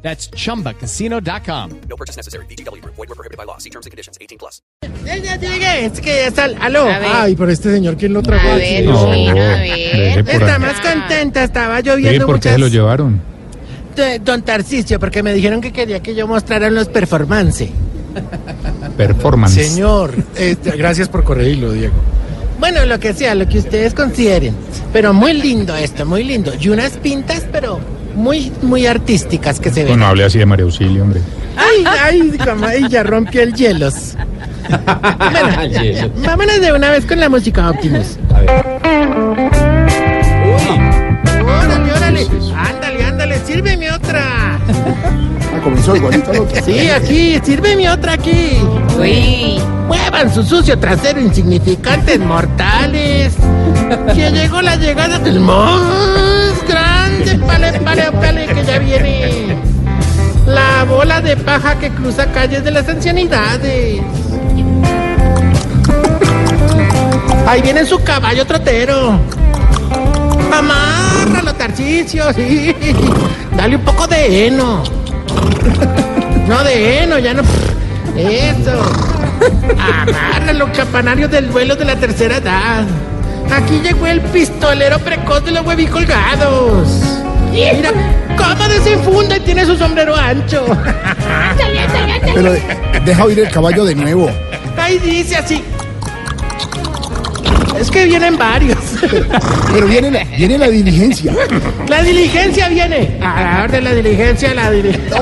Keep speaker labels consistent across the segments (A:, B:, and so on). A: That's chumbacasino.com.
B: No purchase necessary. BGW. Void were prohibited by law. See terms and conditions. 18 plus.
C: Ya, ya llegué, es que ya está, el- aló.
D: A ver.
C: Ay, pero este señor, ¿quién lo trajo
D: A
C: aquí?
D: ver,
E: No,
D: mira, a
E: deje
D: ver.
E: por
C: Está
E: ahí.
C: más contenta, estaba
E: Sí,
C: lloviendo
E: ¿por qué se
C: muchas...
E: lo llevaron?
C: D- Don Tarcisio, porque me dijeron que quería que yo mostrara los performances.
E: Performance.
C: Señor, este, gracias por corregirlo, Diego. Bueno, lo que sea, lo que ustedes consideren. Pero muy lindo esto, muy lindo. Y unas pintas, pero muy, muy artísticas que se
E: No,
C: ven.
E: no hable así de María Auxilio, hombre.
C: Ay, ay, como ahí ya rompió el hielos. Bueno, ya, ya. Vámonos de una vez con la música Optimus. Órale, órale. Ándale, ándale, sírveme otra.
F: Comenzó igualito al otro.
C: Sí, aquí, sírveme otra aquí.
D: Uy,
C: Muevan su sucio trasero, insignificantes mortales. Que llegó la llegada del más grande. Pale, pale, pale, que ya viene. La bola de paja que cruza calles de las ancianidades. Ahí viene su caballo trotero. Amárralo, Tarcicio, sí. Dale un poco de heno. No, de heno, ya no. Eso. Amarra los campanarios del duelo de la tercera edad. Aquí llegó el pistolero precoz de los huevis colgados. Mira cómo desenfunda y tiene su sombrero ancho.
F: Pero de- deja oír el caballo de nuevo.
C: Ahí dice así. Es que vienen varios.
F: Pero viene la, viene la diligencia.
C: La diligencia viene. A la orden la diligencia, la diligencia.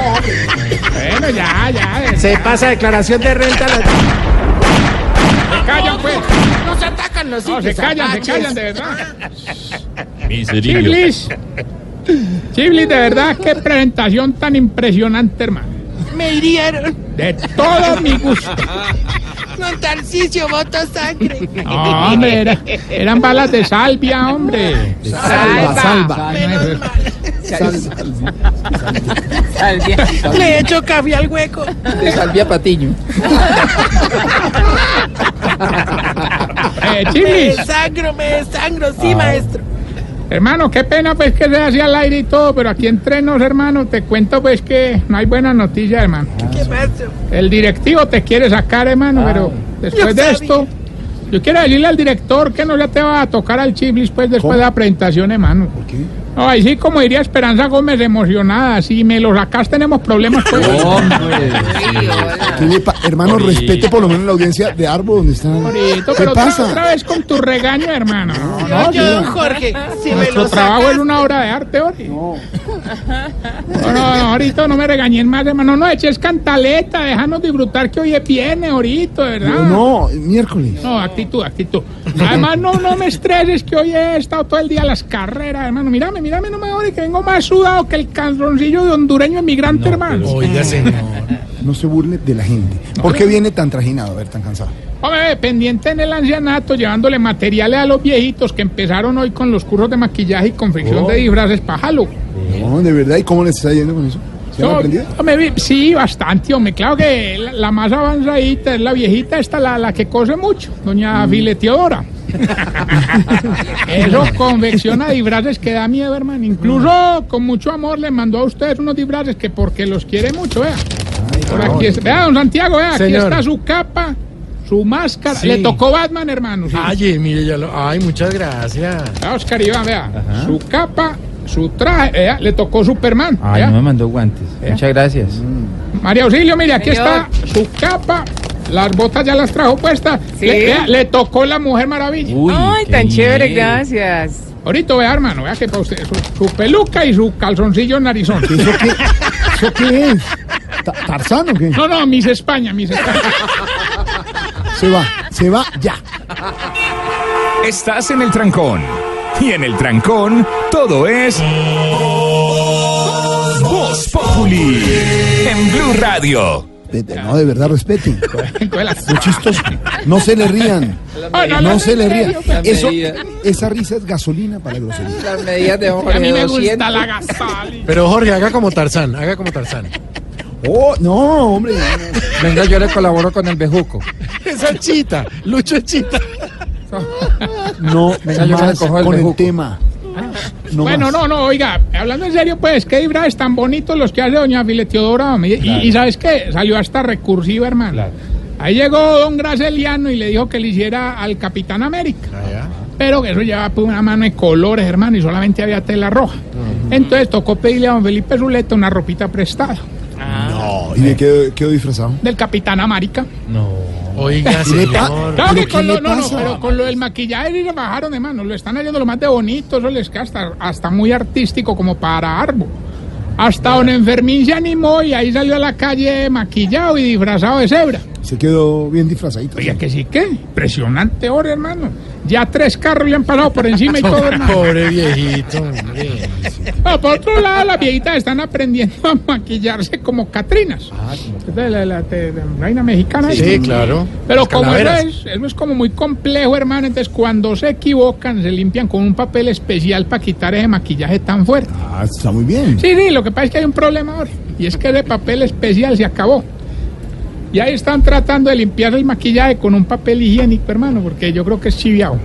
C: bueno, ya, ya. Se pasa declaración de renta. La... Se callan, pues. No se atacan los hijos.
G: se callan, se callan, de verdad. Chiblis. Chiblis, de verdad, qué presentación tan impresionante, hermano.
C: Me hirieron.
G: De todo mi gusto.
C: Don Tarcicio, voto sangre.
G: No, hombre, era- eran balas de salvia, hombre.
F: Salva, salva.
C: Menos mal. Le echo café al hueco.
F: Te salvé a Patiño.
G: Eh,
C: Me
G: Chiblis,
C: desangro, me desangro, sí, maestro.
G: hermano, qué pena pues que sea así al aire y todo, pero aquí entre nos, hermano, te cuento pues que no hay buenas noticias, hermano.
C: ¿Qué pasó?
G: El directivo te quiere sacar, hermano, pero
C: Yo
G: después de
C: sabía.
G: esto, yo quiero decirle al director que no le te va a tocar al chiblis pues después de la presentación, hermano. ¿Por qué? No, ahí sí, como diría Esperanza Gómez, emocionada. Si me lo sacas, tenemos problemas. Pues.
F: Tiene pa- hermano, respete por lo menos la audiencia de Arbo donde están.
G: Bonito,
F: ¿Qué
G: pero otra, otra
F: pasa?
G: vez con tu regaño, hermano.
C: Yo, yo, don
F: mira.
C: Jorge, si me
G: Nuestro
C: lo
G: trabajo
C: sacas,
G: es una obra de arte, Ori. No. No, no, ahorita no me regañen más, hermano. No, eches cantaleta, déjanos disfrutar que hoy es viernes, ahorita, ¿verdad?
F: Pero no, es miércoles.
G: No, actitud, actitud. Además, no, no me estreses que hoy he estado todo el día en las carreras, hermano. Mírame, mírame, no me ore, que vengo más sudado que el calzoncillo de hondureño emigrante, hermano.
F: No se burle de la gente. ¿Por qué viene tan trajinado, a ver, tan cansado?
G: Hombre, pendiente en el ancianato, llevándole materiales a los viejitos que empezaron hoy con los cursos de maquillaje y confección de disfraces para Halloween.
F: No, de verdad, ¿y cómo les está yendo con eso? ¿Se han
G: No,
F: aprendido?
G: hombre, vi- sí, bastante, hombre. Claro que la, la más avanzadita es la viejita, esta, la, la que cose mucho,
C: Mm.
G: doña Fileteadora. Eso confecciona disfraces que da miedo, hermano. Incluso
C: Mm.
G: con mucho amor le mandó a ustedes unos disfraces que porque los quiere mucho, vea. Por aquí es- vea, don Santiago, vea, aquí
C: Señor.
G: está su capa, su máscara.
C: Sí.
G: Le tocó Batman, hermano. sí.
C: Ay, mire, ya lo. Ay, muchas gracias.
G: Vea, Oscar Iván, vea. Su capa, su traje, vea, le tocó Superman.
H: Ay,
G: vea.
H: no me mandó guantes. Muchas gracias.
G: María Auxilio, mire, aquí
D: Señor.
G: está su capa. Las botas ya las trajo puestas. Le, vea, le tocó la Mujer Maravilla.
H: Uy,
D: Ay,
H: qué
D: tan
H: bien.
D: chévere, gracias.
G: Ahorita vea, hermano, vea que para usted su, su peluca y su calzoncillo narizón.
F: ¿Eso qué, eso qué es? ¿Ta- ¿Tarzán o qué?
G: No, no, mis España, mis España.
F: Se va, se va ya.
I: Estás en el trancón. Y en el trancón, todo es. Voz Populi. En Blue Radio.
F: respeten, no, de verdad respeten. Los chistos, no se le rían.
G: Ay, no,
F: No
G: no,
F: se le
G: en
F: rían.
G: serio,
H: pero-
F: Eso,
H: La medida.
F: esa risa es gasolina para la grosería.
H: Las medidas de
G: A mí me
H: 200.
G: gusta la gasali.
J: Pero Jorge, haga como Tarzán, haga como Tarzán.
F: Oh, no, hombre. no,
H: Venga, yo le colaboro con el bejuco.
J: Esa es chita, Lucho es chita.
F: No,
H: Venga, yo me
F: más
H: cojo el
F: con el
H: bejuco. Ah.
F: tema. No
G: bueno,
F: más.
G: no, no, oiga, hablando en serio, pues, qué disfraces tan bonitos los que hace doña Fileteodora. hombre. Y, y ¿sabes qué? Salió hasta recursiva, hermano. Ahí llegó don Graceliano y le dijo que le hiciera al Capitán América.
F: Ah,
G: Pero que eso llevaba pues, una mano de colores, hermano, y solamente había tela roja. Entonces tocó pedirle a don Felipe Zuleta una ropita prestada
F: ¿Y de qué quedó disfrazado?
G: del Capitán América.
J: Oiga, señor.
G: Claro
F: ¿Pero
G: que con
F: qué
G: lo,
F: le
G: no, no,
F: pasa?
G: pero con lo del maquillaje sí le bajaron, hermano. Lo están haciendo lo más de bonito. Eso les queda hasta, hasta muy artístico como para árbol. Hasta don Enfermín se animó y ahí salió a la calle maquillado y disfrazado de cebra.
F: Se quedó bien disfrazadito.
G: Oiga, que sí, que impresionante ahora, hermano. Ya tres carros le han pasado por encima y todo, hermano.
J: Pobre viejito, hombre.
G: Ah, por otro lado, las viejitas están aprendiendo a maquillarse como Catrinas. de la, la- de- de reina mexicana.
J: Ah,
G: ¿eh?
J: Sí, claro.
G: Pero
J: Las
G: como eso
J: calaveras.
G: es, eso es como muy complejo, hermano, entonces cuando se equivocan se limpian con un papel especial para quitar ese maquillaje tan fuerte.
F: Ah, está muy bien.
G: Sí, sí, lo que pasa es que hay un problema ahora, y es que ese papel especial se acabó. Y ahí están tratando de limpiar el maquillaje con un papel higiénico, hermano, porque yo creo que es chiviao.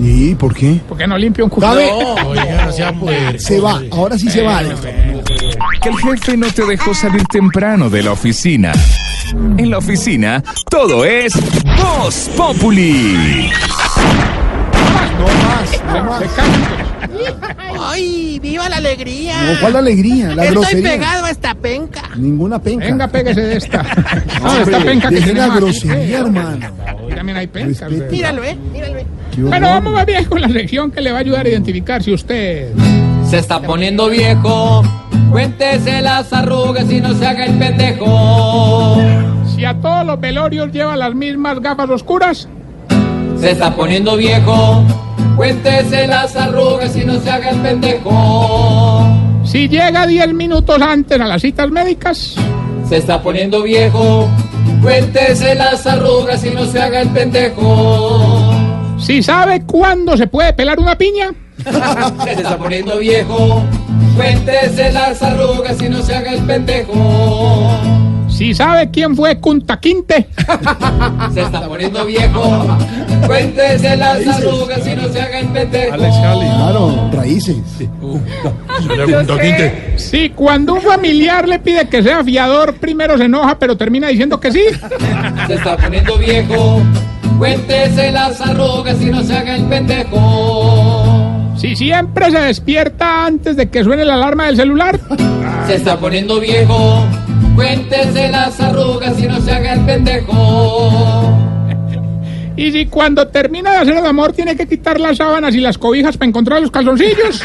F: ¿Y por qué?
G: Porque no limpia un culo.
J: Oiga, no sea puerco.
F: Se va, ahora sí se va.
I: Que el jefe no te dejó salir temprano de la oficina. En la oficina, todo es Voz Populi.
F: No más, no más.
C: ¡Ay, viva la alegría!
F: No, ¿cuál alegría? La
C: Estoy
F: grosería.
C: pegado a esta penca.
F: Ninguna penca.
G: Venga, pégase de esta. No,
F: Hombre,
G: esta penca que
F: deje
G: tiene
F: la
G: más aquí,
F: grosería,
G: feo.
F: hermano.
G: Ahí También hay penca.
F: Respete.
G: usted.
C: Míralo, ¿eh? Míralo, ¿eh?
F: Qué
G: Bueno,
F: horror.
G: vamos más bien con la sección que le va a ayudar a identificar si usted...
H: Se está poniendo viejo. Cuéntese las arrugas y no se haga el pendejo.
G: Si a todos los velorios lleva las mismas gafas oscuras,
H: Se está poniendo viejo. Cuéntese las arrugas y no se haga el pendejo.
G: si llega 10 minutos antes a las citas médicas,
H: Se está poniendo viejo. Cuéntese las arrugas y no se haga el pendejo.
G: si sabe cuándo se puede pelar una piña,
H: Se está poniendo viejo. Cuéntese las arrugas y no se haga el pendejo.
G: si sabe quién fue Kuntaquinte,
H: Se está poniendo viejo. Cuéntese las arrugas y no se haga el pendejo.
F: Claro, raíces.
G: si cuando un familiar le pide que sea fiador, primero se enoja pero termina diciendo que sí,
H: Se está poniendo viejo. Cuéntese las arrugas y no se haga el pendejo.
G: si siempre se despierta antes de que suene la alarma del celular,
H: Se está poniendo viejo. Cuéntese las arrugas y no se haga el pendejo.
G: y si cuando termina de hacer el amor tiene que quitar las sábanas y las cobijas para encontrar los calzoncillos.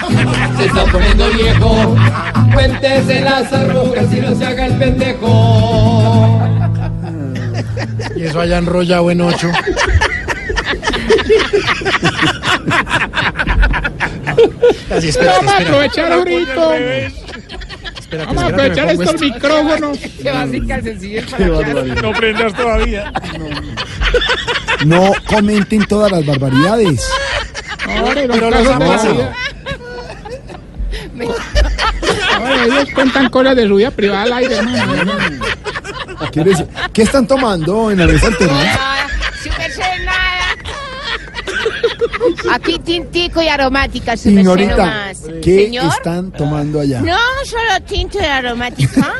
H: Se está poniendo viejo. Cuéntese las arrugas y no se haga el pendejo.
J: Y eso allá enrollado en ocho. Así, espera,
G: Vamos
J: espera.
G: a aprovechar ahorita.
J: espera,
G: Vamos a
J: espera, que me
G: aprovechar
J: pongo
G: estos micrófonos.
D: Que va sin calcencillos para la cara.
J: No prendas todavía.
F: No comenten todas las barbaridades.
G: Ahora, y los
J: Pero los
G: casos de la
J: amásenlo.
G: vida. Ahora, ellos cuentan cosas de su vida privada al aire, hermano.
F: ¿Qué, les- qué están tomando en la mesa alterna?
D: Nada, Sin merced nada. Aquí tintico y aromática, su merced
F: Señorita,
D: nomás.
F: ¿qué
D: Señor,
F: están tomando allá?
D: no solo tinto y aromática.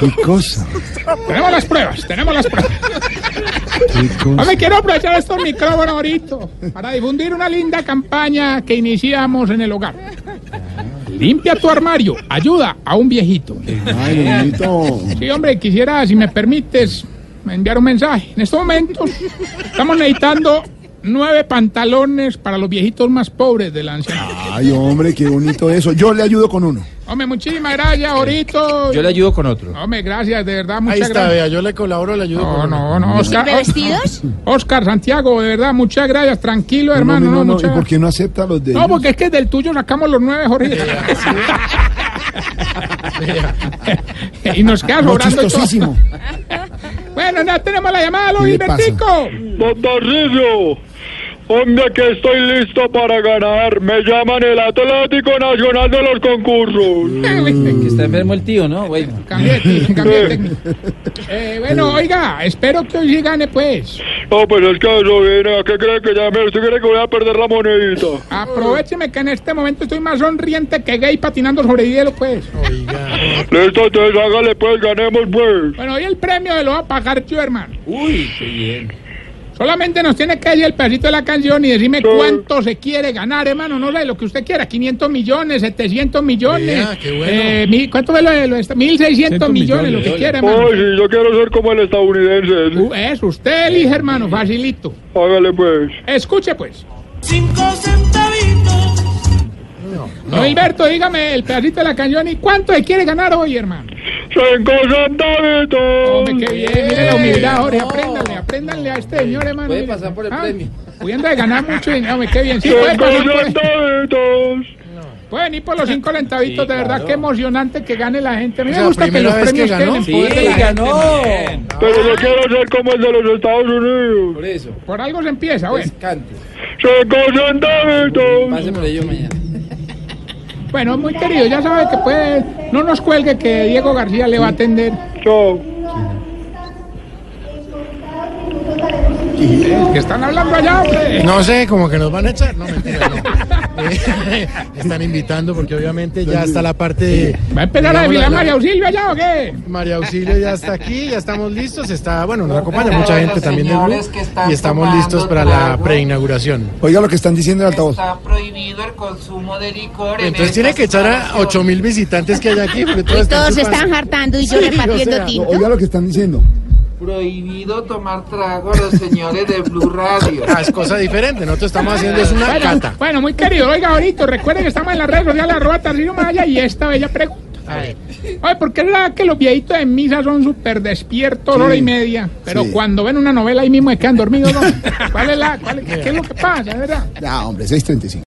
F: ¿Qué cosa?
G: Tenemos las pruebas, tenemos las pruebas.
F: ¿Qué cosa?
G: Hombre, quiero aprovechar estos micrófonos ahorita para difundir una linda campaña que iniciamos en el hogar. Limpia tu armario, ayuda a un viejito.
F: Ay, bonito.
G: Sí, hombre, quisiera, si me permites, enviar un mensaje. En estos momentos estamos necesitando nueve pantalones para los viejitos más pobres de la anciana.
F: Ay, hombre, qué bonito eso. Yo le ayudo con uno.
G: Hombre, muchísimas gracias, ahorita.
H: le ayudo con otro.
G: Hombre, gracias, de verdad, muchas
J: Ahí está,
G: gracias.
J: vea, yo le colaboro, le ayudo.
G: No,
J: con-
G: no, no, Oscar,
D: ¿De vestidos?
G: Oscar Santiago, de verdad, muchas gracias, tranquilo, hermano, no,
F: no, no, no.
G: muchas
F: ¿Y por qué no acepta los de
G: No,
F: ellos?
G: porque es que del tuyo sacamos los nueve, Jorge. y nos queda
F: Lo
G: sobrando todo.
F: chistosísimo.
G: Bueno, ya tenemos la llamada,
F: ¿Qué
G: Luis
F: le pasa?
G: Bertico.
H: Don Tarcisio, hombre que estoy listo para ganar. Me llaman el Atlético Nacional de los concursos.
G: Eh,
K: Que está enfermo el tío, ¿no? Bueno.
G: Cambié de técnica, cambié de técnica. Eh, bueno, oiga, espero que hoy sí gane, pues.
H: No, pues es que eso viene. ¿A qué cree que llame? ¿Usted cree que voy a perder la monedita?
G: Aprovecheme que en este momento estoy más sonriente que gay patinando sobre hielo, pues.
H: Listo, entonces hágale pues, ganemos pues.
G: Bueno, hoy el premio se lo va a pagar yo, hermano.
K: Uy, qué bien.
G: Solamente nos tiene que decir el pedacito de la canción y decirme cuánto se quiere ganar, hermano. No sé, lo que usted quiera. 500 millones, 700 millones.
C: Vea, qué bueno.
G: eh, mil- ¿Cuánto es lo de lo de esta- 1600 millones, lo que quiera, hermano.
H: Ay, sí, yo quiero ser como el estadounidense.
G: Uh, Eso, usted elige, hermano, facilito.
H: Hágale pues.
G: Escuche, pues.
L: Cinco centavitos.
G: Don Hilberto, dígame el pedacito de la canción y cuánto se quiere ganar hoy, hermano.
H: Cinco centavitos.
G: Hombre, qué bien, mire la humildad, Jorge, apréndanle, apréndanle a este señor, hermano.
K: Puede
G: mire.
K: pasar por el
G: Ah,
K: premio.
G: Pudiendo de ganar mucho dinero, hombre, qué bien. Sí, puede
H: Cinco
G: pasar por
H: centavitos.
G: Pueden ir por los cinco centavitos, de verdad, qué emocionante que gane la gente. A mí
C: O
G: me
C: sea,
G: gusta que
C: primera
G: los
C: vez que
G: premios
C: ganó.
G: queden en
C: Sí,
G: poder de la gente.
K: ganó.
H: Pero yo quiero ser como el de los Estados Unidos.
K: Por eso.
G: Por algo se empieza, güey.
K: Cante.
H: Cinco centavitos.
K: Pase por ello mañana.
G: Bueno, muy querido, ya sabe que puede. No nos cuelgue que Diego García le va a atender.
H: Chao.
G: Que están hablando allá, hombre.
C: No sé, como que nos van a echar. No, mentira, no. Eh, Están invitando porque obviamente ya está la parte de...
G: ¿Va a empezar
C: digamos,
G: a desfilar
C: la-
G: María Auxilio allá o qué?
C: María Auxilio ya está aquí, ya estamos listos. Está, bueno, nos acompaña mucha gente también del grupo y estamos listos para la preinauguración.
F: Oiga lo que están diciendo en el altavoz.
L: prohibido el consumo de licor.
C: Entonces tiene que echar a 8 mil visitantes que hay aquí. Porque
D: Y todos
C: chupando.
D: están hartando y yo
C: Sí, o
D: repartiendo
C: sea,
D: tinto.
F: Oiga lo que están diciendo.
L: Prohibido tomar trago a los señores de Blue Radio.
C: Ah, es cosa diferente, nosotros estamos haciendo es una
G: Bueno,
C: cata.
G: bueno, muy querido, oiga, ahorita recuerden que estamos en las redes sociales, arroba Tarcino Maya y esta bella pregunta. Oye, ¿por qué es verdad que los viejitos en misa son súper despiertos hora y media? Pero
F: sí.
G: cuando ven una novela ahí mismo se quedan dormidos, ¿no? ¿Cuál es la, cuál es- ¿Qué es lo que pasa, de verdad?
F: Ah, hombre, 635.